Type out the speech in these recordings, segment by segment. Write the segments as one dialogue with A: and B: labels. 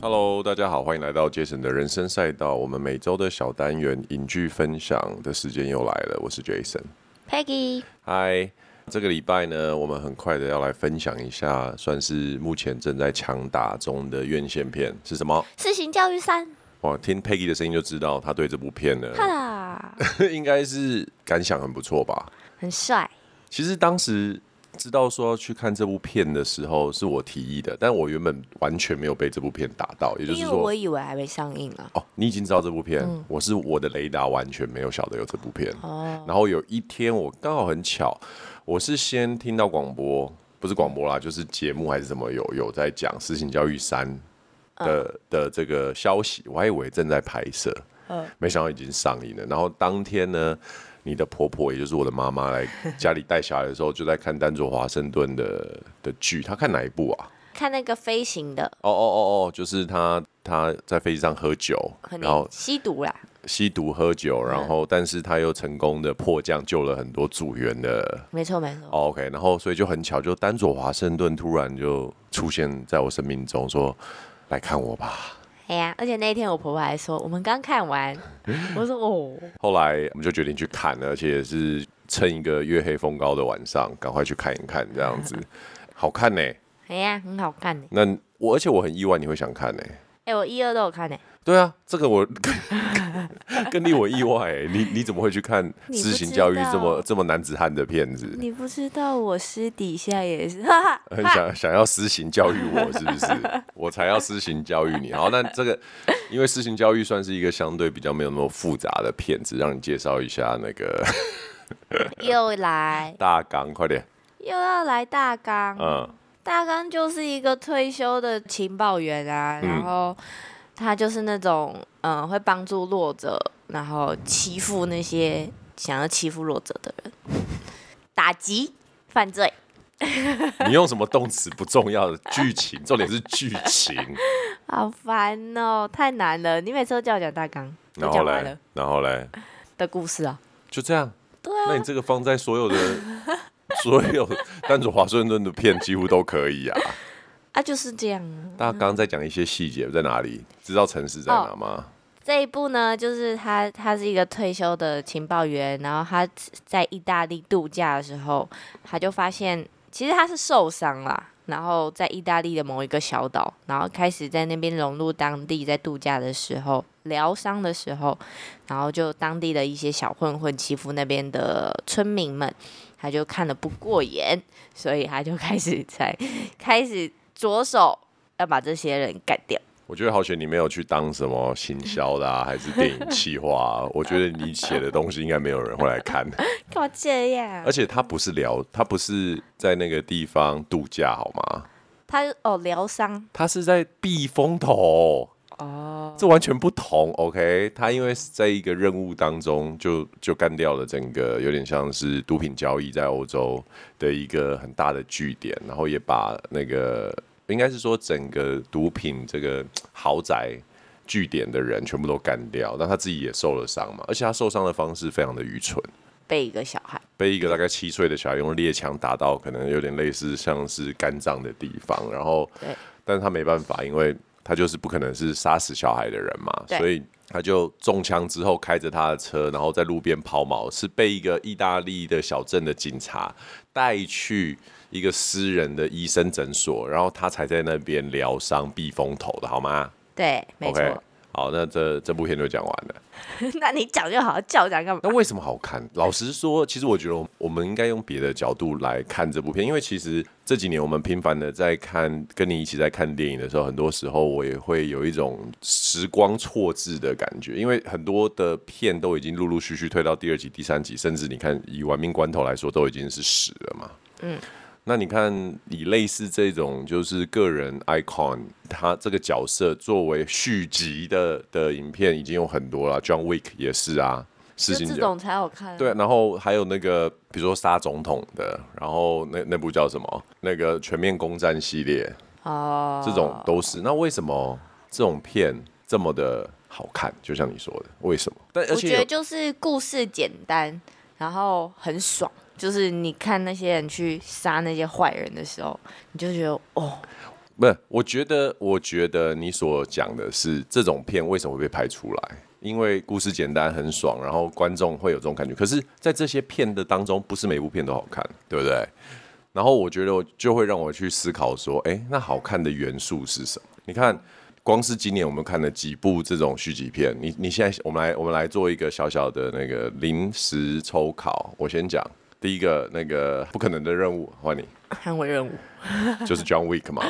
A: Hello，大家好，欢迎来到杰森的人生赛道。我们每周的小单元影剧分享的时间又来了，我是 Jason。
B: Peggy，
A: 嗨，这个礼拜呢，我们很快的要来分享一下，算是目前正在强打中的院线片是什么？
B: 私刑教育三，
A: 哇，听 Peggy 的声音就知道她对这部片呢，
B: 哈啦，
A: 应该是感想很不错吧？
B: 很帅，
A: 其实当时知道说要去看这部片的时候，是我提议的，但我原本完全没有被这部片打到，也就是
B: 因为
A: 说，
B: 我以为还没上映啊。
A: 哦，你已经知道这部片，我是我的雷达完全没有晓得有这部片。然后有一天我刚好很巧，我是先听到广播，不是广播啦，就是节目还是什么有有在讲《私情教育三》的、的这个消息，我还以为正在拍摄，没想到已经上映了。然后当天呢，你的婆婆也就是我的妈妈来家里带小孩的时候，就在看丹佐华盛顿的的剧，她看哪一部啊？
B: 看那个飞行的，
A: 哦哦哦哦，就是她她在飞机上喝酒
B: 很，
A: 然后
B: 吸毒啦，
A: 吸毒喝酒，然后但是他又成功的迫降救了很多组员的。
B: 没错没错。
A: 哦 OK，然后所以就很巧，就丹佐华盛顿突然就出现在我生命中，说来看我吧。
B: 哎呀，而且那一天我婆婆还说我们刚 看完，我说哦，
A: 后来我们就决定去看，而且是趁一个月黑风高的晚上，赶快去看一看，这样 子好看呢、
B: 哎呀，很好看呢。
A: 那我而且我很意外你会想看呢、
B: 哎，我一二都有看呢，
A: 对啊，这个我 更令我意外、欸，你 你怎么会去看
B: 你不
A: 私刑
B: 知
A: 教育
B: 道
A: 这么这么男子汉的片子？
B: 你不知道我私底下也是，哈哈，
A: 很想想要私行教育我，是不 是？我才要私行教育你。好，那这个因为私行教育算是一个相对比较没有那么复杂的片子，让你介绍一下那 个
B: 又来
A: 大纲，快点。
B: 又要来大纲，
A: 嗯，
B: 大纲就是一个退休的情报员啊，
A: 嗯
B: 然后他就是那种嗯会帮助弱者，然后欺负那些想要欺负弱者的人，打击犯罪。
A: 你用什么动词不重要的，剧情重点是剧 情。
B: 好烦哦，太难了！你每次都叫我讲大纲，
A: 然
B: 我
A: 后
B: 讲完了
A: 嘞，然后嘞，
B: 的故事啊。
A: 就这样。
B: 对
A: 那
B: 啊
A: 你，这个放在所有 的所有丹佐华盛顿的片几乎都可 以啊。
B: 啊就是这样啊。
A: 大纲再讲一些细节在哪里，知道城市在
B: 哦
A: 哪吗？
B: 这一部呢，就是他，他是一个退休的情报员，然后他在意大利度假的时候，他就发现其实他是受伤啦，然后在意大利的某一个小岛，然后开始在那边融入当地，在度假的时候疗伤的时候，然后就当地的一些小混混欺负那边的村民们，他就看了不过眼，所以他就开始才开始着手要把这些人干掉。
A: 我觉得好险你没有去当什么行销的啊，还是电影企划、啊。我觉得你写的东西应该没有人会来看，
B: 干嘛这样
A: 而？且他不是聊，他不是在那个地方度假好吗？
B: 他就哦疗伤，
A: 他是在避风头哦，这完全不同。OK，他因为是在一个任务当中就就干掉了整个有点像是毒品交易在欧洲的一个很大的据点，然后也把那个应该是说整个毒品这个豪宅。据点的人全部都干掉，那他自己也受了伤嘛，而且他受伤的方式非常的愚蠢，
B: 被一个小孩，
A: 被一个大概七岁的小孩用猎枪打到，可能有点类似像是肝脏的地方，然后
B: 对，
A: 但是他没办法，因为他就是不可能是杀死小孩的人嘛，
B: 对
A: 所以他就中枪之后开着他的车，然后在路边抛锚，是被一个意大利的小镇的警察带去一个私人的医生诊所，然后他才在那边疗伤避风头的好吗
B: 对，没
A: ？OK，
B: 错。
A: 好，那这这部片就讲完了。
B: 那你讲就好，叫我讲干嘛
A: 那？为什么好看？老实说，其实我觉得我们应该用别的角度来看这部片，因为其实这几年我们频繁的在看，跟你一起在看电影的时候，很多时候我也会有一种时光错置的感觉，因为很多的片都已经陆陆续续推到第二集、第三集，甚至你看以《玩命关头》来说，都已经是屎了嘛。那你看，以类似这种就是个人 icon，他这个角色作为续集的的影片已经有很多了，John Wick 也是啊，事
B: 就
A: 情
B: 这种才好看、啊。
A: 对，然后还有那个，比如说杀总统的，然后那那部叫什么？那个全面攻占系列，
B: 哦，
A: 这种都是。那为什么这种片这么的好看？就像你说的，为什么？但而
B: 我觉
A: 且
B: 得
A: 有
B: 就是故事简单，然后很爽。就是你看那些人去杀那些坏人的时候，你就觉得哦，
A: 不是，我觉得，我觉得你所讲的是这种片为什么会被拍出来？因为故事简单很爽，然后观众会有这种感觉。可是，在这些片的当中，不是每部片都好看，对不对？然后我觉得我就会让我去思考说，哎，那好看的元素是什么？你看，光是今年我们看了几部这种续集片，你你现在我们来我们来做一个小小的那个临时抽考。我先讲第一个那个不可能的任务，换你，
B: 捍卫任务。
A: 就是 John Wick 嘛，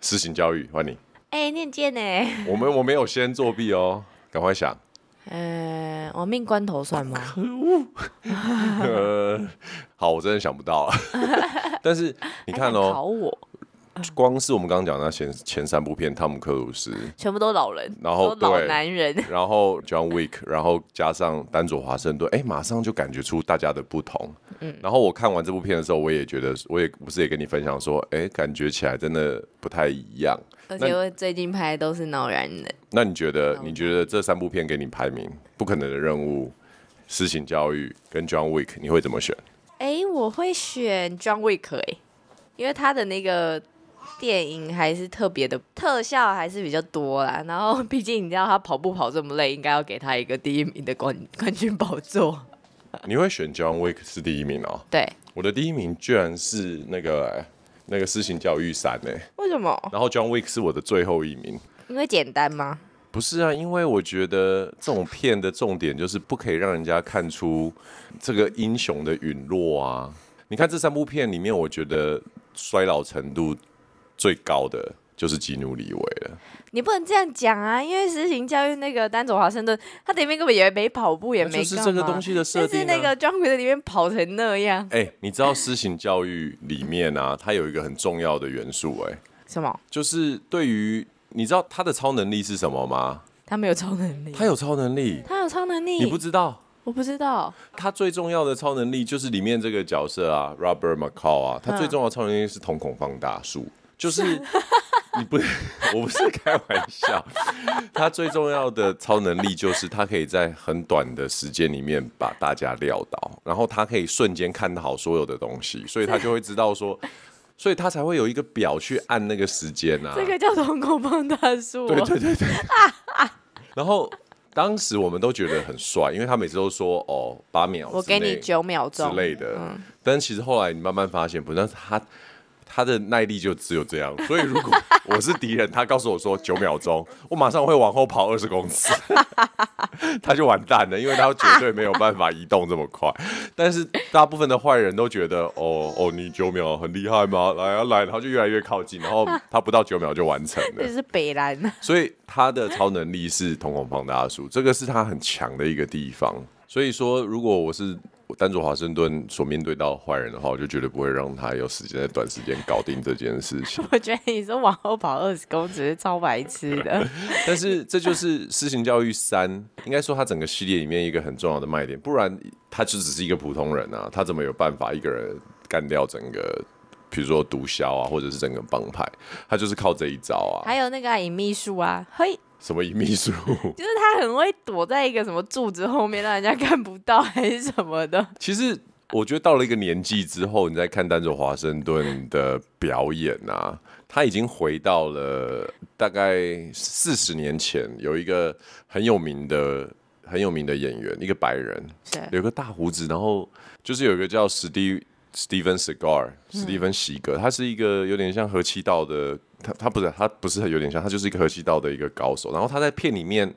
A: 私刑教育，换你。
B: 哎、念剑呢、
A: 我们我没有先作弊哦，赶快想。
B: 呃，亡命关头算吗？
A: 啊呃，好，我真的想不到了。啊 但是你看
B: 还敢
A: 哦，
B: 考我，
A: 光是我们刚刚讲的那前前三部片，汤姆克鲁斯，
B: 全部都老人，
A: 然后
B: 都老
A: 对
B: 男人。
A: 然后 John Wick，然后加上丹佐华盛顿，哎，马上就感觉出大家的不同。
B: 嗯
A: 然后我看完这部片的时候，我也觉得，我也不是也跟你分享说，哎，感觉起来真的不太一样。
B: 而且我最近拍的都是老男人，
A: 那你觉得？你觉得这三部片给你排名，《不可能的任务》、《私刑教育》跟 John Wick，你会怎么选？
B: 哎、我会选 John Wick 哎、因为他的那个电影还是特别的，特效还是比较多啦。然后毕竟你知道他跑步跑这么累，应该要给他一个第一名的冠冠军宝座。
A: 你会选 John Wick 是第一名哦。
B: 对，
A: 我的第一名居然是那个、欸那个私刑教育三呢、
B: 为什么？
A: 然后 John Wick 是我的最后一名。
B: 因为简单吗？
A: 不是啊，因为我觉得这种片的重点就是不可以让人家看出这个英雄的陨落啊。你看这三部片里面，我觉得衰老程度最高的就是基努里维了。
B: 你不能这样讲啊！因为实行教育那个丹佐华盛顿，他里面根本也没跑步，也没
A: 那就是
B: 干
A: 这个
B: 嘛
A: 东西的设定啊
B: 但是那个 John Wick 在里面跑成那样，
A: 哎、你知道私刑教育里面啊，它有一个很重要的元素、哎，
B: 什么？
A: 就是对于你知道他的超能力是什么吗？
B: 他没有超能力，
A: 他有超能力，
B: 他有超能力，
A: 你不啊知道？
B: 我不知道。
A: 他最重要的超能力就是里面这个角色啊，Robert McCall 啊，他最重要的超能力是瞳孔放大术，就是你不， 我不是开玩笑，他最重要的超能力就是他可以在很短的时间里面把大家撂倒，然后他可以瞬间看好所有的东西，所以他就会知道说，所以他才会有一个表去按那个时间啊，
B: 这个叫瞳孔放大术、
A: 对对对对。 然后当时我们都觉得很帅，因为他每次都说哦八秒之内，
B: 我给你九秒
A: 之
B: 钟
A: 类的。但其实后来你慢慢发现，不是他他的耐力就只有这样。所以如果我是敌人，他告诉我说九秒钟，我马上会往后跑二十公尺， 他就完蛋了，因为他绝对没有办法移动这么快。但是大部分的坏人都觉得，哦哦，你九秒很厉害吗？来啊来，然后就越来越靠近，然后他不到九秒就完成了
B: 这。是北兰，
A: 所以他的超能力是瞳孔放大术，这个是他很强的一个地方。所以说，如果我是丹佐华盛顿所面对到的坏人的话，我就绝对不会让他有时间在短时间搞定这件事 情。
B: 我觉得你说往后跑二十公尺是超白痴的。
A: 但是这就是《私刑教育三》，应该说它整个系列里面一个很重要的卖点，不然他就只是一个普通人啊，他怎么有办法一个人干掉整个，比如说毒枭啊，或者是整个帮派？他就是靠这一招啊，
B: 还有那个啊隐秘术啊，嘿，
A: 什么秘书。
B: 就是他很会躲在一个什么柱子后面，让人家看不到还是什么 的。
A: 其实我觉得到了一个年纪之后，你再看丹佐华盛顿的表演啊，他已经回到了大概四十年前，有一个很有名的。很有名的演员，一个白人，
B: 是
A: 有一个大胡子，然后就是有一个叫史蒂 Steven Seagal，史蒂芬席格，他是一个有点像合气道的，他他不是他不是很有点像，他就是一个合气道的一个高手。然后他在片里面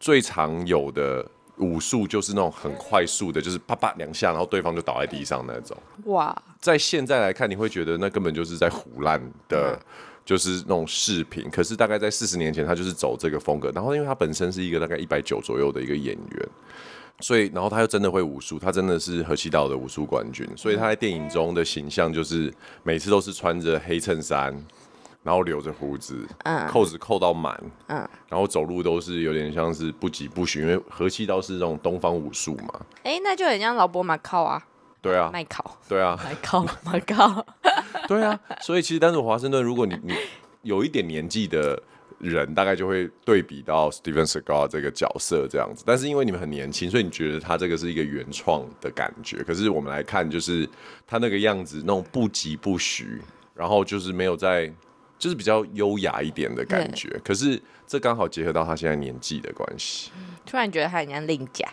A: 最常有的武术就是那种很快速的，就是啪啪两下，然后对方就倒在地上那种。
B: 哇，
A: 在现在来看，你会觉得那根本就是在胡乱的，就是那种饰品。可是大概在四十年前，他就是走这个风格。然后，因为他本身是一个大概一百九左右的一个演员，所以，然后他又真的会武术，他真的是合气道的武术冠军。所以他在电影中的形象就是每次都是穿着黑衬衫，然后留着胡子，扣子扣到满，然后走路都是有点像是不疾不徐，因为合气道是那种东方武术嘛。
B: 哎，那就很像劳勃马靠啊，
A: 对啊，
B: 麦 考，
A: 对啊，
B: 麦考，麦考。
A: 对啊，所以其实丹佐华盛顿，如果你你有一点年纪的人，大概就会对比到 Steven Seagal 这个角色这样子。但是因为你们很年轻，所以你觉得他这个是一个原创的感觉。可是我们来看，就是他那个样子，那种不疾不徐，然后就是没有在就是比较优雅一点的感觉。可是这刚好结合到他现在年纪的关系。
B: 突然觉得他很像令甲，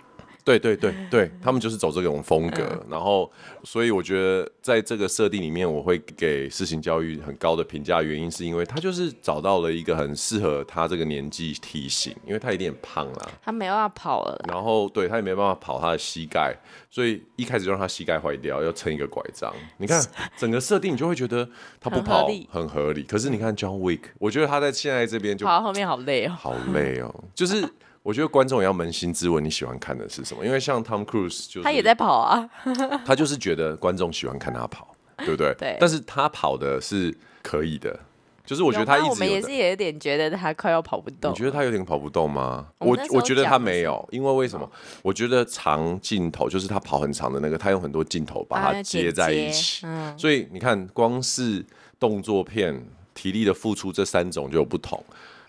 A: 对对对 对，他们就是走这种风格，
B: 嗯
A: 然后所以我觉得在这个设定里面，我会给事情教育很高的评价，原因是因为他就是找到了一个很适合他这个年纪体型，因为他有点胖啦，
B: 他没办法跑了啦。
A: 然后对他也没办法跑他的膝盖，所以一开始就让他膝盖坏掉，要撑一个拐杖。你看整个设定，你就会觉得他不
B: 很合
A: 跑
B: 理
A: 很合理。可是你看 John Wick，我觉得他在现在这边就
B: 跑到后面好累哦。
A: 好累哦， 就是我觉得观众也要扪心自问，你喜欢看的是什么？因为像 Tom Cruise 就是
B: 他也在跑啊，
A: 他就是觉得观众喜欢看他跑，对不对？
B: 对
A: 但是他跑的是可以的，就是我
B: 我
A: 觉得他一
B: 我
A: 直
B: 们
A: 有
B: 也
A: 的
B: 是。有点觉得他快要跑不动
A: 你。觉得他有点跑不动吗？
B: 我
A: 我
B: 们那时候
A: 我觉得他
B: 讲的
A: 没
B: 是
A: 有，因为为什么？我觉得长镜头就是他跑很长的那个，他用很多镜头把
B: 把它
A: 它
B: 啊剪
A: 接在一
B: 接
A: 起，
B: 嗯
A: 所以你看，光是动作片体力的付出这三种就有不同。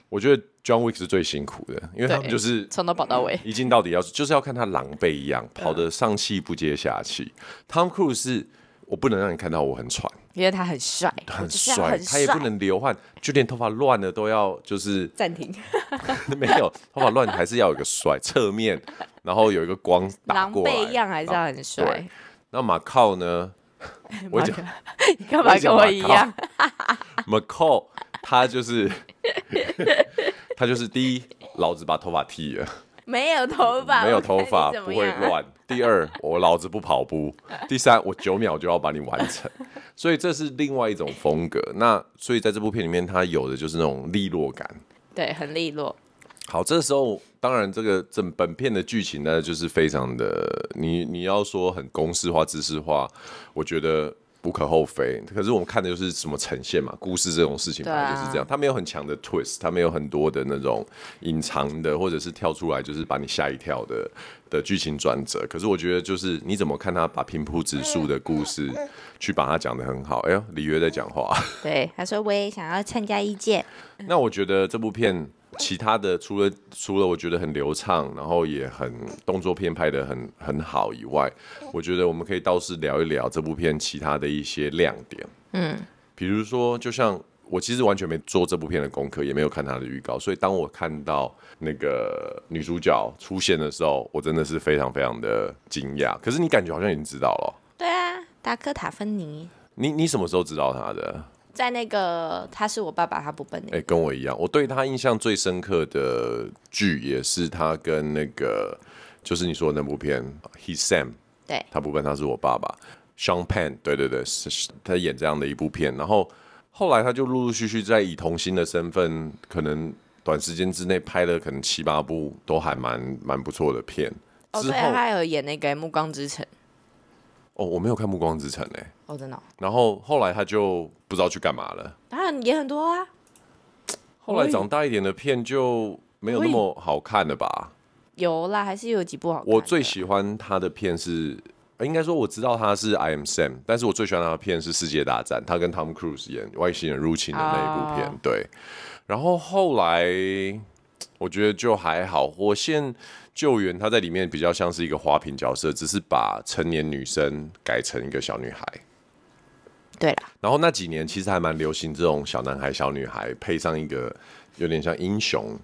A: 我觉得 John Wick 是最辛苦的，因为他们
B: 对
A: 就是
B: 从头跑到尾，
A: 一进到底要就是要看他狼狈一样，跑得上气不接下气。Tom
B: 嗯
A: Cruise 是我不能让你看到我很喘，
B: 因为他很帅，我
A: 很
B: 就是要
A: 帅，
B: 很
A: 他也不能流汗，就连头发乱了都要就是
B: 暂停。
A: 没有头发乱，还是要有个帅侧面，然后有一个光打
B: 狼
A: 过来。啊
B: 狈样还是要很帅
A: 对。那马靠 呢？我讲
B: 你干嘛跟我 一样？
A: 马靠，他就是 他就是第一，老子把头发剃了。
B: 没有 头发，
A: 没有
B: 我看
A: 头
B: 你
A: 发
B: 怎
A: 不
B: 么
A: 会
B: 样啊。
A: 乱。第二，我老子不跑 步。第三，我九秒就要把你完成。所以这是另外一种风格。那所以在这部片里面，它有的就是那种利落感。
B: 对，很利落。
A: 好，这时候当然这个整本片的剧情呢，就是非常的你你要说很公式化、知识化，我觉得。无可厚非，可是我们看的就是什么呈现嘛，故事这种事情本
B: 对啊
A: 来就是这样，它没有很强的 twist，它没有很多的那种隐藏的，或者是跳出来就是把你吓一跳的的剧情转折。可是我觉得就是你怎么看他把平铺直述的故事
B: 嗯
A: 去把它讲得很好。哎呦，里约在讲话。
B: 对，他说我也想要参加一届。
A: 那我觉得这部片其他的除了除了我觉得很流畅，然后也很动作片拍的很很好以外，我觉得我们可以倒是聊一聊这部片其他的一些亮点。嗯，比如说，就像我其实完全没做这部片的功课，也没有看它的预告，所以当我看到那个女主角出现的时候，我真的是非常非常的惊讶。可是你感觉好像已经知道了哦，
B: 对啊，达科塔芬尼
A: 你你什么时候知道她的？
B: 在那个他是我爸爸，他不笨
A: 哎、
B: 的。
A: 跟我一样，我对他印象最深刻的剧也是他跟那个，就是你说的那部片《He Sam》，
B: 对，
A: 他不笨，他是我爸爸，Sean Penn，对对对，是是他演这样的一部片，然后后来他就陆陆续续在以童星的身份，可能短时间之内拍了可能七八部，都还蛮蛮不错的片。
B: 哦，
A: 之
B: 对
A: 后
B: 啊，他有演那个《暮光之城》。
A: 哦，我没有看《暮光之城》哎，
B: 哦，真的哦，
A: 然后后来他就不知道去干嘛了。
B: 当然也很多啊。
A: 后来长大一点的片就没有那么好看了吧？
B: 有啦，还是有几部好看的。
A: 我最喜欢他的片是，呃应该说我知道他是 I Am Sam，但是我最喜欢他的片是《世界大战》，他跟 Tom Cruise 演外星人入侵的那一部片。
B: 哦
A: 对，然后后来我觉得就还好，火线救援他在里面比较像是一个花瓶角色，只是把成年女生改成一个小女孩。
B: 对啦，
A: 然后那几年其实还蛮流行这种小男孩、小女孩配上一个有点像英雄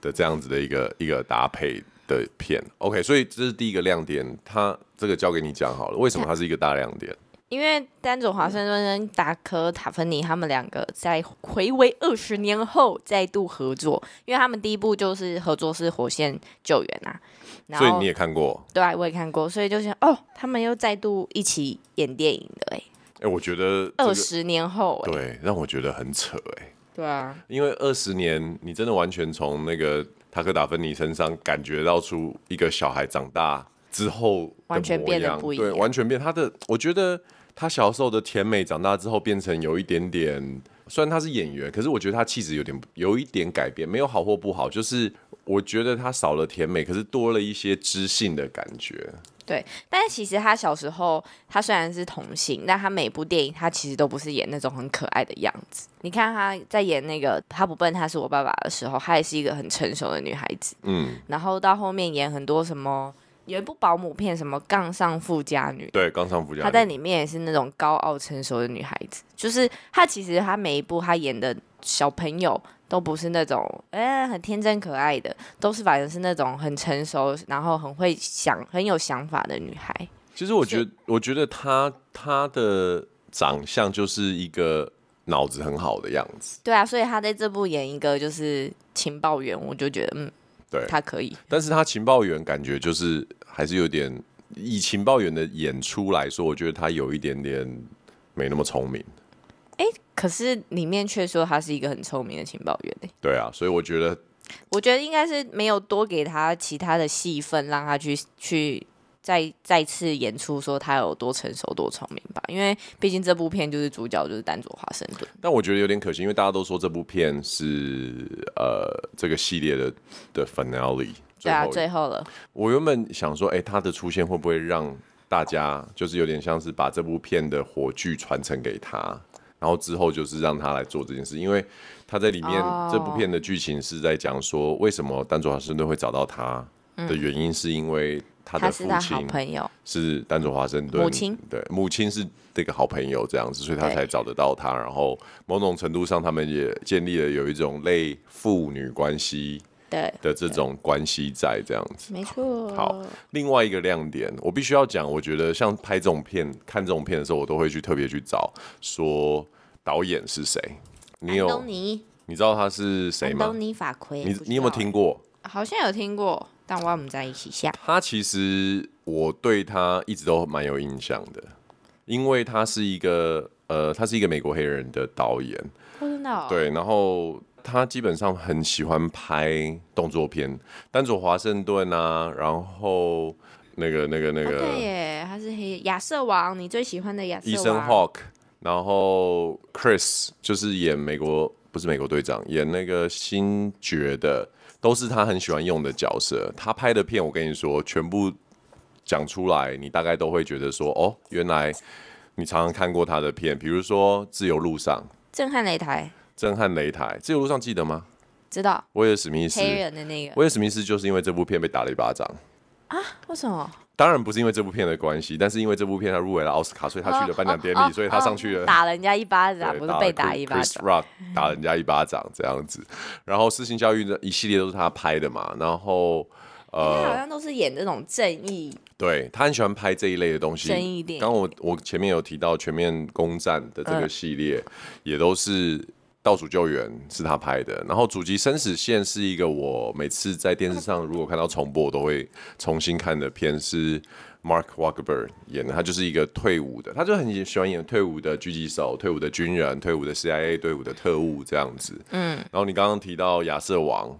A: 的这样子的一个一个搭配的片。OK，所以这是第一个亮点，它这个交给你讲好了。为什么它是一个大亮点？
B: 因为丹佐华盛顿跟达科塔芬尼他们两个在回归二十年后再度合作，因为他们第一部就是合作是《火线救援》啊。然
A: 所以
B: 后
A: 你也看过？
B: 对啊，我也看过，所以就是哦，他们又再度一起演电影了哎、
A: 哎，我觉得这
B: 二
A: 个
B: 十年后哎、
A: 对让我觉得很扯哎、
B: 对啊，
A: 因为二十年你真的完全从那个塔克达芬尼身上感觉到出一个小孩长大之后的
B: 完全
A: 模
B: 变得
A: 样
B: 不一
A: 对，
B: 样
A: 完全变他的，我觉得他小时候的甜美，长大之后变成有一点点。虽然他是演员，可是我觉得他气质有点有一点改变，没有好或不好，就是我觉得他少了甜美，可是多了一些知性的感觉。
B: 对，但是其实他小时候，他虽然是童星，但他每部电影他其实都不是演那种很可爱的样子。你看他在演那个《他不笨，他是我爸爸》的时候，她也是一个很成熟的女孩子，
A: 嗯，
B: 然后到后面演很多什么有一部保姆片，什么《杠上富家女》，
A: 对，刚上附加，
B: 她在里面也是那种高傲成熟的女孩子，就是她其实她每一部她演的小朋友都不是那种哎、很天真可爱的，都是反正是那种很成熟，然后很会想很有想法的女孩。
A: 其实我觉得，我觉得他他的长相就是一个脑子很好的样子，
B: 对啊，所以她在这部演一个就是情报员，我就觉得嗯，
A: 对。
B: 她可以。
A: 但是他情报员感觉就是还是有点，以情报员的演出来说，我觉得他有一点点没那么聪明。
B: 可是里面却说她是一个很聪明的情报员、欸
A: 对啊，所以我觉得
B: 我觉得应该是没有多给他其他的戏份，让他去去再再次演出说他有多成熟、多聪明吧。因为毕竟这部片就是主角就是丹佐华盛顿，
A: 但我觉得有点可惜，因为大家都说这部片是呃这个系列的的 finale。
B: 对啊，
A: 后一
B: 最后了，
A: 我原本想说，哎、他的出现会不会让大家就是有点像是把这部片的火炬传承给他，然后之后就是让他来做这件事，因为他在里面、
B: 哦
A: 这部片的剧情是在讲说为什么丹佐华盛顿会找到他的原因，是因为他
B: 嗯他
A: 的
B: 是
A: 父
B: 他好
A: 亲
B: 朋友，
A: 是丹佐华盛顿
B: 母亲，
A: 对，母亲是这个好朋友这样子，所以他
B: 对
A: 才找得到他。然后某种程度上，他们也建立了有一种类父女关系
B: 对，
A: 的这种关系在这样子。
B: 没错。
A: 好，另外一个亮点，我必须要讲，我觉得像拍这种片、看这种片的时候，我都会去特别去找说导演是谁。你
B: 安
A: 有
B: 东尼，
A: 你知道他是谁
B: 安
A: 吗
B: 东？尼法奎，
A: 你
B: 不知道
A: 你有没有
B: 欸？
A: 听过？
B: 好像有听过，但我们在一起下。
A: 他其实我对他一直都蛮有印象的，因为他是一个呃，他是一个美国黑人的导演，
B: 哦，真的、哦，
A: 对，然后他基本上很喜欢拍动作片，丹佐华盛顿啊，然后那个那个那
B: 哦
A: 个、
B: 对耶，他是黑亚瑟王，你最喜欢的亚瑟
A: 医生
B: 王。
A: Hawk，然后 Chris 就是演美国不是美国队长，演那个星爵的，都是他很喜欢用的角色。他拍的片，我跟你说，全部讲出来，你大概都会觉得说，哦，原来你常常看过他的片，比如说《自由路上》
B: 震撼擂台，
A: 《震撼擂台》，《自由路上》记得吗？
B: 知道
A: 威尔史密斯，
B: 黑人的那个，
A: 威尔史密斯就是因为这部片被打了一巴掌。
B: 为什么？
A: 当然不是因为这部片的关系，但是因为这部片他入围了奥斯卡，所以他去了颁奖典礼，
B: 哦哦
A: 所以他上去
B: 哦
A: 了
B: 打人家一巴掌，
A: 对
B: 啊不是被打
A: 了
B: 一巴
A: Chris
B: 掌。
A: Rock 打人家一巴掌这样子。然后《私情教育》的一系列都是他拍的嘛，然后
B: 他好
A: 呃，
B: 像都是演这种正义，
A: 对他很喜欢拍这一类的东西。
B: 正义电影
A: 刚刚我我前面有提到《全面攻占》的这个
B: 嗯
A: 系列，也都是。倒数救援是他拍的，然后《主机生死线》是一个我每次在电视上如果看到重播，我都会重新看的片，是 Mark Wahlberg 演的，他就是一个退伍的，他就很喜欢演退伍的狙击手、退伍的军人、退伍的 CIA 队伍的特务这样子。嗯，然后你刚刚提到亚瑟王，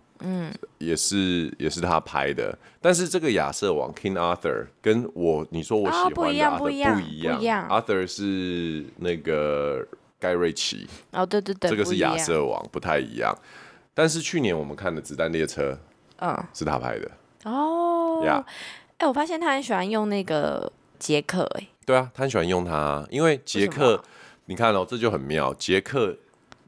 A: 也是也是他拍的，但是这个亚瑟王 King Arthur 跟我你说我喜
B: 哦
A: 欢的
B: 不一样
A: Arthur
B: 不一样
A: 不一样
B: 不一样
A: a r t h u r 是那个盖瑞奇，
B: 哦，对对对，
A: 这个
B: 不
A: 是
B: 一样
A: 亚，瑟王，不太一样。但是去年我们看的《子弹列车》
B: 嗯，
A: 是他拍的，呀
B: 哦，哎，我发现他很喜欢用那个杰克，哎，
A: 对啊，他很喜欢用他啊，因为杰
B: 为什
A: 克，你看哦，这就很妙，杰克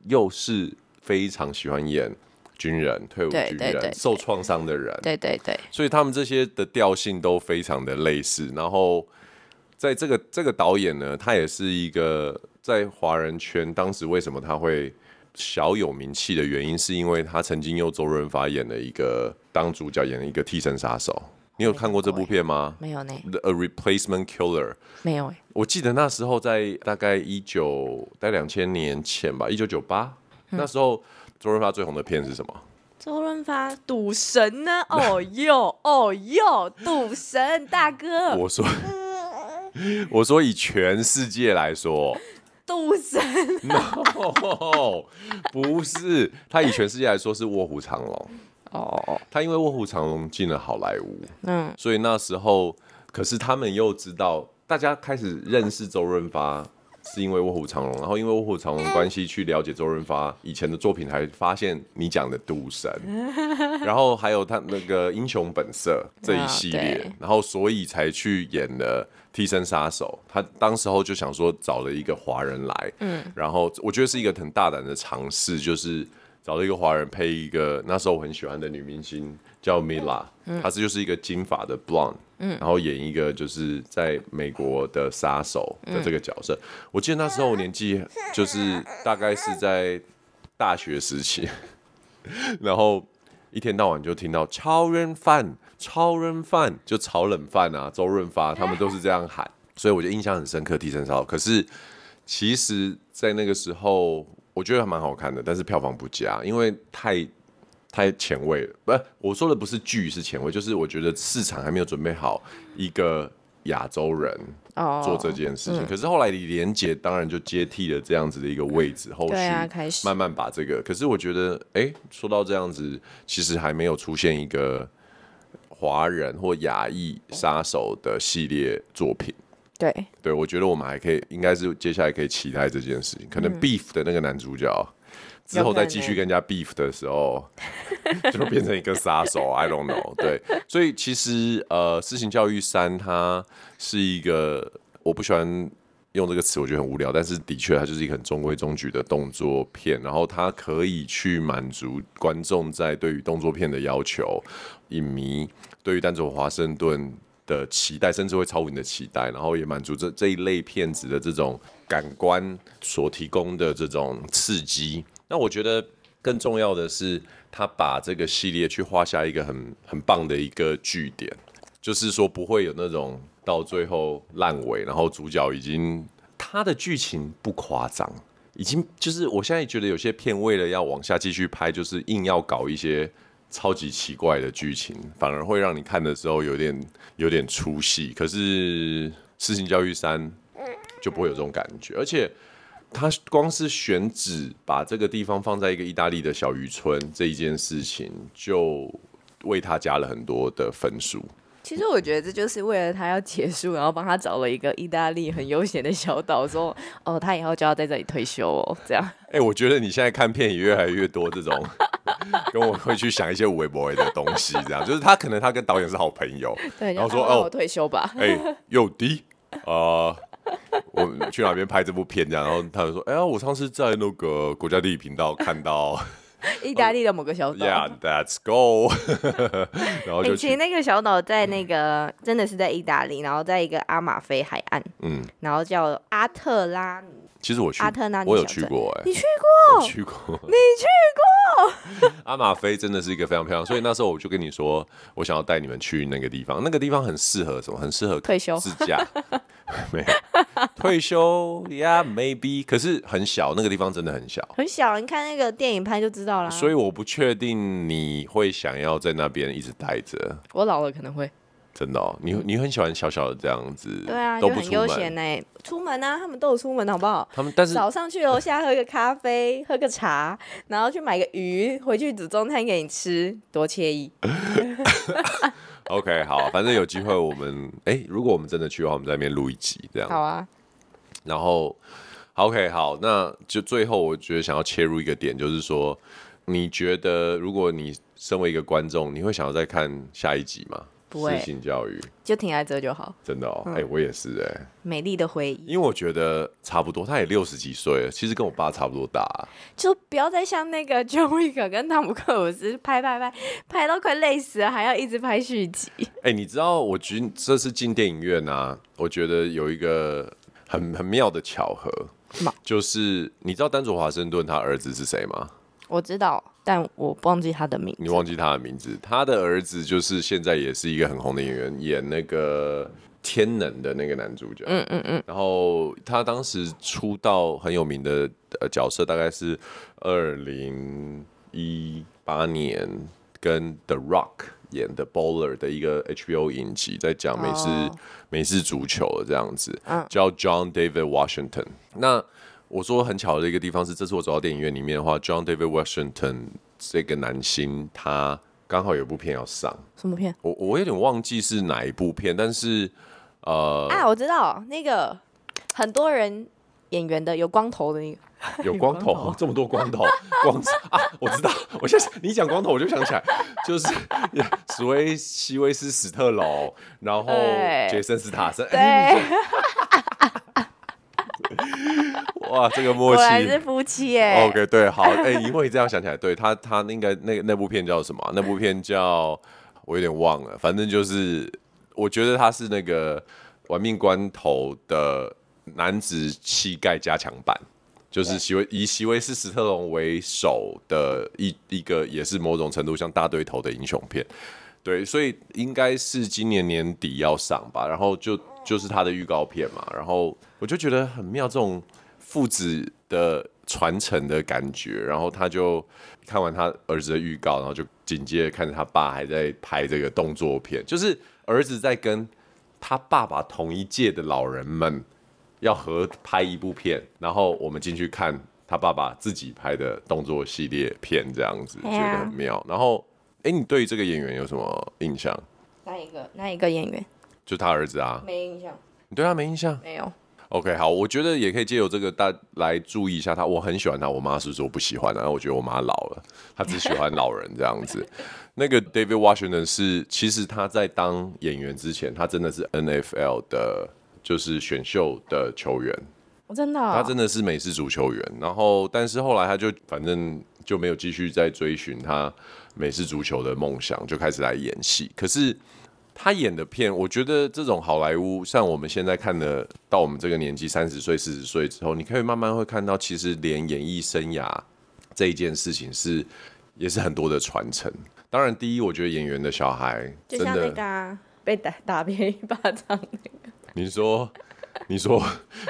A: 又是非常喜欢演军人、退伍军
B: 对
A: 人、
B: 对对对
A: 受创伤的人，
B: 对对对，
A: 所以他们这些的调性都非常的类似。然后，在这个这个导演呢，他也是一个在华人圈当时为什么他会小有名气的原因，是因为他曾经用周润发演了一个当主角演了一个替身杀手。你有看过这部片吗
B: 没有呢，
A: ？The A Replacement Killer。
B: 没有哎，
A: 我记得那时候在大概一九在两千年前吧，一九九八那时候周润发最红的片是什么？
B: 周润发赌神呢？哦哟哦哟，赌神大哥，
A: 我说，我说以全世界来说
B: 赌神，
A: ，no，不是，他以全世界来说是《卧虎藏龙》，
B: 哦，
A: 他因为《卧虎藏龙》进了好莱坞，
B: 嗯，
A: 所以那时候，可是他们又知道，大家开始认识周润发。是因为《卧虎藏龙》，然后因为《卧虎藏龙》的关系去了解周润发以前的作品，还发现你讲的《赌神》， 然后还有他那个《英雄本色》这一系
B: 啊
A: 列
B: 对，
A: 然后所以才去演了《替身杀手》。他当时候就想说找了一个华人来，嗯，然后我觉得是一个很大胆的尝试，就是找了一个华人配一个那时候我很喜欢的女明星
B: 嗯
A: 叫 Mila，、她是就是一个金发的 blonde，然后演一个就是在美国的杀手的这个角色。
B: 嗯
A: 我记得那时候我年纪就是大概是在大学时期，然后一天到晚就听到超人饭、超人饭，就炒冷饭啊，周润发他们都是这样喊，所以我就印象很深刻。替身烧，可是其实，在那个时候，我觉得还蛮好看的，但是票房不佳，因为太太前卫了。不是，我说的不是剧是前卫，就是我觉得市场还没有准备好一个亚洲人
B: 哦，
A: 做这件事情。可是后来李连杰当然就接替了这样子的一个位置，后
B: 对啊开
A: 续
B: 始
A: 慢慢把这个。可是我觉得，哎，说到这样子，其实还没有出现一个华人或亚裔杀手的系列作品。
B: 对，
A: 对，我觉得我们还可以，应该是接下来可以期待这件事情。可能
B: 嗯
A: beef 的那个男主角、之后再继
B: 欸
A: 续跟人家 beef 的时候，就变成一个杀手。I don't know。对，所以其实呃，《私情教育三》它是一个我不喜欢用这个词，我觉得很无聊，但是的确它就是一个很中规中矩的动作片，然后它可以去满足观众在对于动作片的要求，影迷对于丹佐华盛顿。的期待，甚至会超乎你的期待，然后也满足这这一类片子的这种感官所提供的这种刺激。那我觉得更重要的是，他把这个系列去画下一个很很棒的一个据点，就是说不会有那种到最后烂尾，然后主角已经他的剧情不夸张，已经就是我现在觉得有些片为了要往下继续拍，就是硬要搞一些超级奇怪的剧情，反而会让你看的时候有点有点出戏。可是《私情教育三》就不会有这种感觉，而且。他光是选址把这个地方放在一个意大利的小渔村这一件事情，就为他加了很多的分数。
C: 其实我觉得这就是为了他要结束，然后帮他找了一个意大利很悠闲的小岛，说哦，他以后就要在这里退休哦，这样。
A: 哎、我觉得你现在看片也越来越多这种， 跟我会去想一些微博的东西，这样就是他可能他跟导演是好朋友，
C: 对，
A: 然后
C: 就
A: 说
C: 啊那
A: 哦
C: 我退休 吧。
A: 哎、又低啊。我去哪边拍这部片这样，然后他就说：“哎、呀，我上次在那个国家地理频道看到
C: 意大利的某个小岛。
A: ，Yeah，That's Go。” 然后
B: 哎、
A: 就
B: 其实
A: 去，嗯
B: 那个小岛在那个、真的是在意大利，然后在一个阿马菲海岸，
A: 嗯，
B: 然后叫阿特拉尼。
A: 其实我去
B: 阿特纳，尼
A: 我有
B: 小
A: 去
B: 镇
A: 过、哎，
B: 你去
A: 我去过，你去过。 阿马菲真的是一个非常漂亮，所以那时候我就跟你说，我想要带你们去那个地方。那个地方很适合什么？很适合
C: 退休
A: 自驾， 没有退休，Yeah，maybe。可是很小，那个地方真的很小，
B: 很小，你看那个电影拍就知道啦。
A: 所以我不确定你会想要在那边一直待着。
C: 我老了可能会。
A: 真的、哦，你你很喜欢小小的这样子，
B: 对啊，
A: 都
B: 就
A: 不
B: 很
A: 出
B: 悠闲
A: 门。
B: 呢、出门啊，他们都有出门，好不好？
A: 他们但是
C: 早上去楼下喝个咖啡，喝个茶，然后去买个鱼，回去煮中餐给你吃，多惬意。
A: OK 好，反正有机会我们哎、如果我们真的去的话，我们在那边录一集这样子
C: 好啊，
A: 然后好，OK，好，那就最后我觉得想要切入一个点，就是说，你觉得如果你身为一个观众，你会想要再看下一集吗？
C: 不会嗯
A: 私信教育
C: 就停在这就好。
A: 真的哦，哎、我也是哎、
C: 美丽的回忆，
A: 因为我觉得差不多，他也六十几岁了，其实跟我爸差不多大、
C: 就不要再像那个 John Wick 跟汤姆克鲁斯拍拍拍拍到快累死了，还要一直拍续集。
A: 哎、你知道我觉得这次进电影院啊，我觉得有一个很很妙的巧合
C: 么，
A: 就是你知道丹佐华盛顿他儿子是谁吗？
C: 我知道，但我忘记他的名
A: 你忘记他的名字，他的儿子就是现在也是一个很红的演员，演那个天能的那个男主角。嗯嗯嗯。然后他当时出道很有名的呃角色，大概是二零一八年跟 The Rock 演的《Bowler》的一个 HBO 影集，在讲美式、美式足球的这样子，叫 John David Washington。那我说很巧的一个地方是，这次我走到电影院里面的话，John David Washington 这个男星他刚好有部片要上，
C: 什么片
A: 我我有点忘记是哪一部片，但是呃，
C: 啊？我知道那个很多人演员的有光头的那个，
A: 有光头，
C: 有光头
A: 这么多光头，光啊，我知道，我现在你讲光头我就想起来，就是 史威西威斯史特龙，然后
C: 对
A: 杰森斯塔森，
C: 对
A: 哎，你哇，这个默
B: 果
A: 契。
B: 然是夫妻耶、
A: OK，对，好，哎、因为这样想起来，对他，他那个那那部片叫什么啊？那部片叫我有点忘了，反正就是我觉得他是那个《玩命关头》的男子气概加强版，就是席维以席维斯·史特龙为首的一一个，也是某种程度像大对头的英雄片。对，所以应该是今年年底要上吧，然后就就是他的预告片嘛，然后我就觉得很妙，这种父子的传承的感觉，然后他就看完他儿子的预告，然后就紧接着看着他爸还在拍这个动作片，就是儿子在跟他爸爸同一届的老人们要合拍一部片，然后我们进去看他爸爸自己拍的动作系列片，这样子、
B: 对啊
A: 觉得很妙。然后，哎，你对这个演员有什么印象？
C: 那一个那一个演员
A: 就他儿子啊，
C: 没印象，
A: 你对他没印象
C: 没有。
A: ？OK，好，我觉得也可以借由这个大来注意一下他。我很喜欢他，啊我妈是说不喜欢的，然后我觉得我妈老了，她只喜欢老人这样子。 那个 David Washington 是，其实他在当演员之前，他真的是 NFL 的，就是选秀的球员。
C: 我真的哦、
A: 他真的是美式足球员，然后但是后来他就反正就没有继续再追寻他美式足球的梦想，就开始来演戏。可是他演的片，我觉得这种好莱坞，像我们现在看的，到我们这个年纪，三十岁、四十岁之后，你可以慢慢会看到，其实连演艺生涯这一件事情是也是很多的传承。当然，第一，我觉得演员的小孩真的，
B: 啊，
C: 被打 打别一巴掌那个，
A: 你说，你说，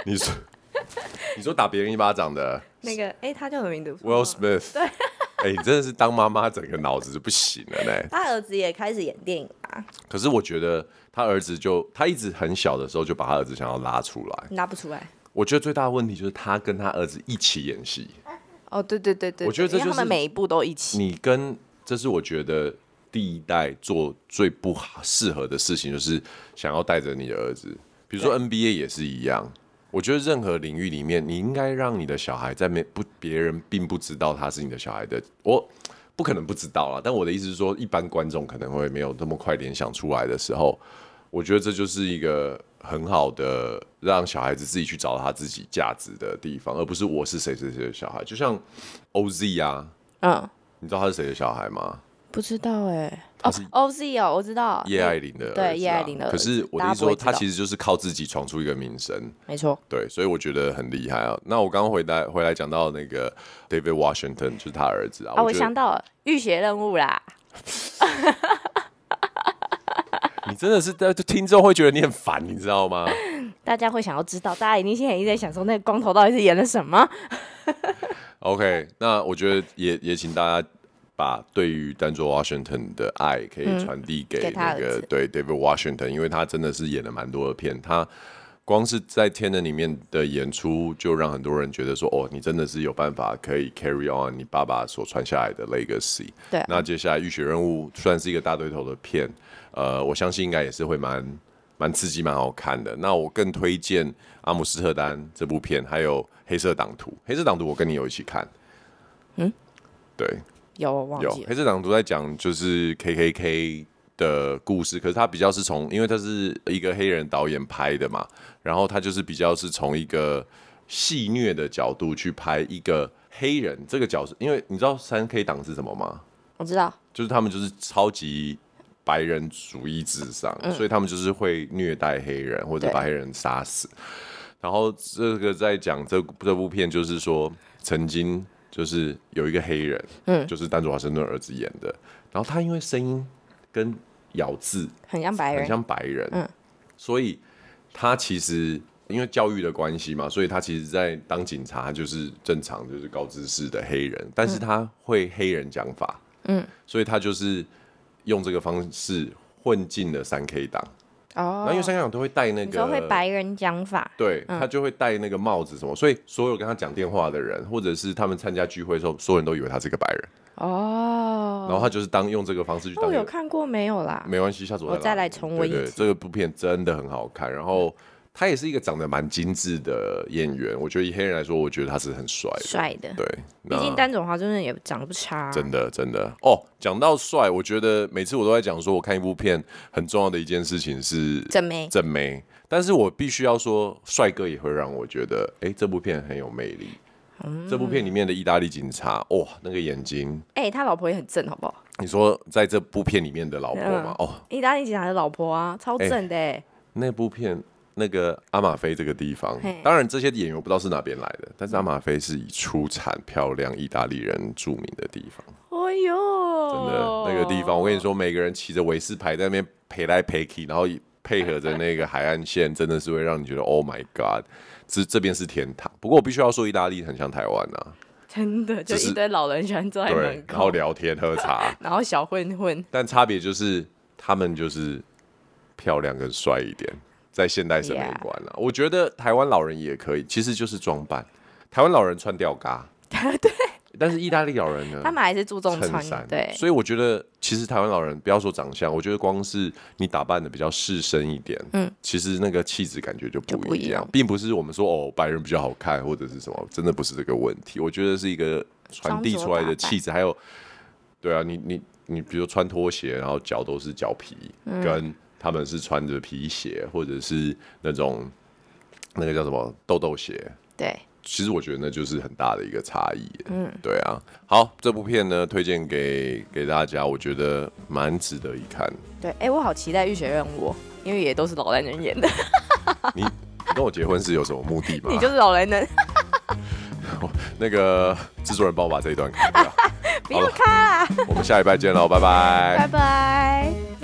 A: 你说， 你说打别人一巴掌的。
C: 那个哎、他叫什么名字
A: Will Smith。对， 哎、你真的是当妈妈，整个脑子就不行了呢。
C: 他儿子也开始演电影啊，
A: 可是我觉得他儿子就他一直很小的时候就把他儿子想要拉出来。
C: 拿不出来。
A: 我觉得最大的问题就是他跟他儿子一起演戏，
C: 哦，对对对对，
A: 我觉得这
C: 因为
A: 就是
C: 他们每一部都一起。
A: 你跟这是我觉得第一代做最不好适合的事情，就是想要带着你的儿子，比如说 NBA 也是一样。我觉得任何领域里面，你应该让你的小孩在没不别人并不知道他是你的小孩的，我不可能不知道啦。但我的意思是说，一般观众可能会没有那么快联想出来的时候，我觉得这就是一个很好的让小孩子自己去找到他自己价值的地方，而不是我是谁谁谁的小孩。就像 OZ 啊，
C: 嗯，
A: 你知道他是谁的小孩吗？
C: 不知道哎、哦，OZ 哦，我知道。
A: 叶爱玲的儿子啊、
C: 对叶爱玲的儿子
A: 可是我的
C: 大家
A: 意思
C: 不会
A: 说，
C: 知
A: 他
C: 道
A: 其实就是靠自己闯出一个名声，
C: 没错。
A: 对，所以我觉得很厉害啊。那我刚刚回来回来讲到那个 David Washington 就是他儿子啊，
B: 啊，我
A: 觉得
B: 想到了浴血任务啦，
A: 你真的是在听众会觉得你很烦，你知道 吗？
B: 大家会想要知道，大家一定现在一直在想说，那个光头到底是演了什么？
A: OK，那我觉得也也请大家把对于丹佐 Washington 的爱可以传递给
C: 嗯给他
A: 那
C: 儿
A: 个、
C: 子
A: 对 David Washington，因为他真的是演了蛮多的片，他光是在《天能》里面的演出就让很多人觉得说，哦，你真的是有办法可以 carry on 你爸爸所传下来的 legacy。
C: 对啊
A: 那接下来《浴血任务》虽然是一个大对头的片，呃，我相信应该也是会蛮蛮刺激、蛮好看的。那我更推荐《阿姆斯特丹》这部片，还有《黑色党徒》。《黑色党徒》我跟你有一起看，嗯，对，
C: 有我忘
A: 有
C: 记了。
A: 黑色党徒在讲就是 KKK 的故事，可是他比较是从，因为他是一个黑人导演拍的嘛，然后他就是比较是从一个戏虐的角度去拍一个黑人这个角色，因为你知道三 K 党是什么吗？
C: 我知道。
A: 就是他们就是超级白人主义至上，所以他们就是会虐待黑人或者
C: 对
A: 把黑人杀死。然后这个在讲这这部片，就是说曾经就是有一个黑人，嗯，就是丹佐华盛顿儿子演的，然后他因为声音跟咬字
C: 很像白
A: 很
C: 人，
A: 像白人，
B: 嗯
A: 所以他其实因为教育的关系嘛，所以他其实，在当警察就是正常就是高知识的黑人，但是他会黑人讲法，嗯，所以他就是用这个方式混进了三 K 党，然
B: 哦
A: 后因为三 K 党都会戴那
B: 你
A: 个
B: 说会白嗯人讲法，
A: 对他就会戴那个帽子什么，所以所有跟他讲电话的人，或者是他们参加聚会的时候，所有人都以为他是个白人，
C: 哦，
A: 然后他就是当用这个方式去
C: 我
B: 哦
A: 当一
C: 有
A: 个
C: 看过没有啦？
A: 没关系，下次
C: 我
A: 再
C: 再来重温一
A: 对对
C: 次
A: 这个部片真的很好看，然后他也是一个长得蛮精致的演员，我觉得以黑人来说，我觉得他是很帅的。
B: 帅的。
A: 对，
B: 毕
A: 那
B: 竟单总华真的也长得不差、啊，
A: 真的真的哦，讲到帅，我觉得每次我都在讲说，我看一部片很重要的一件事情是
B: 真美
A: 正妹，但是我必须要说，帅哥也会让我觉得，哎、这部片很有魅力。这部片里面的意大利警察，哇、那个眼睛，
C: 哎、他老婆也很正，好不好？
A: 你说在这部片里面的老婆嘛，哦，
C: 意大利警察的老婆啊，超
A: 哎
C: 正的、欸。
A: 那部片那个阿玛菲这个地方
B: 嘿，
A: 当然这些演员我不知道是哪边来的，但是阿玛菲是以出产漂亮意大利人著名的地方，
C: 哎呦，
A: 真的、
B: 哦
A: 那个地方，我跟你说，每个人骑着维斯牌在那边陪来陪去，然后配合着那个海岸线，真的是会让你觉得 Oh my God，这这边是天堂。不过我必须要说，意大利很像台湾啊，
C: 真的就
A: 只是
C: 一堆老人喜欢坐在
A: 对
C: 门，
A: 然后
C: 口，，
A: 聊天喝茶
C: 然后小混混，
A: 但差别就是他们就是漂亮跟帅一点，在现代审美
B: Yeah
A: 观啊我觉得台湾老人也可以，其实就是装扮。台湾老人穿吊 嘎，对，但是意大利老人呢？
B: 他们还是注重
A: 衬
B: 穿
A: 衫，
B: 对，
A: 所以我觉得其实台湾老人不要说长相，我觉得光是你打扮的比较适身一点，嗯，其实那个气质感觉就不
B: 就不一样
A: 并不是我们说哦白人比较好看或者是什么，真的不是这个问题，我觉得是一个传递出来的气质，还有对啊，你你你比如穿拖鞋，然后脚都是脚皮，跟他们是穿着皮鞋或者是那种那个叫什么豆豆鞋，
B: 对，
A: 其实我觉得那就是很大的一个差异。嗯，对啊。好，这部片呢，推荐给给大家，我觉得蛮值得一看。
C: 对，哎、我好期待《浴血任务》，因为也都是老男人演的，
A: 你跟我结婚是有什么目的吗？
C: 你就是老男人，
A: 那个制作人帮我把这一段砍掉。
C: 不要看啦，
A: 我们下礼拜见喽，拜
C: 拜
A: 拜
C: 拜。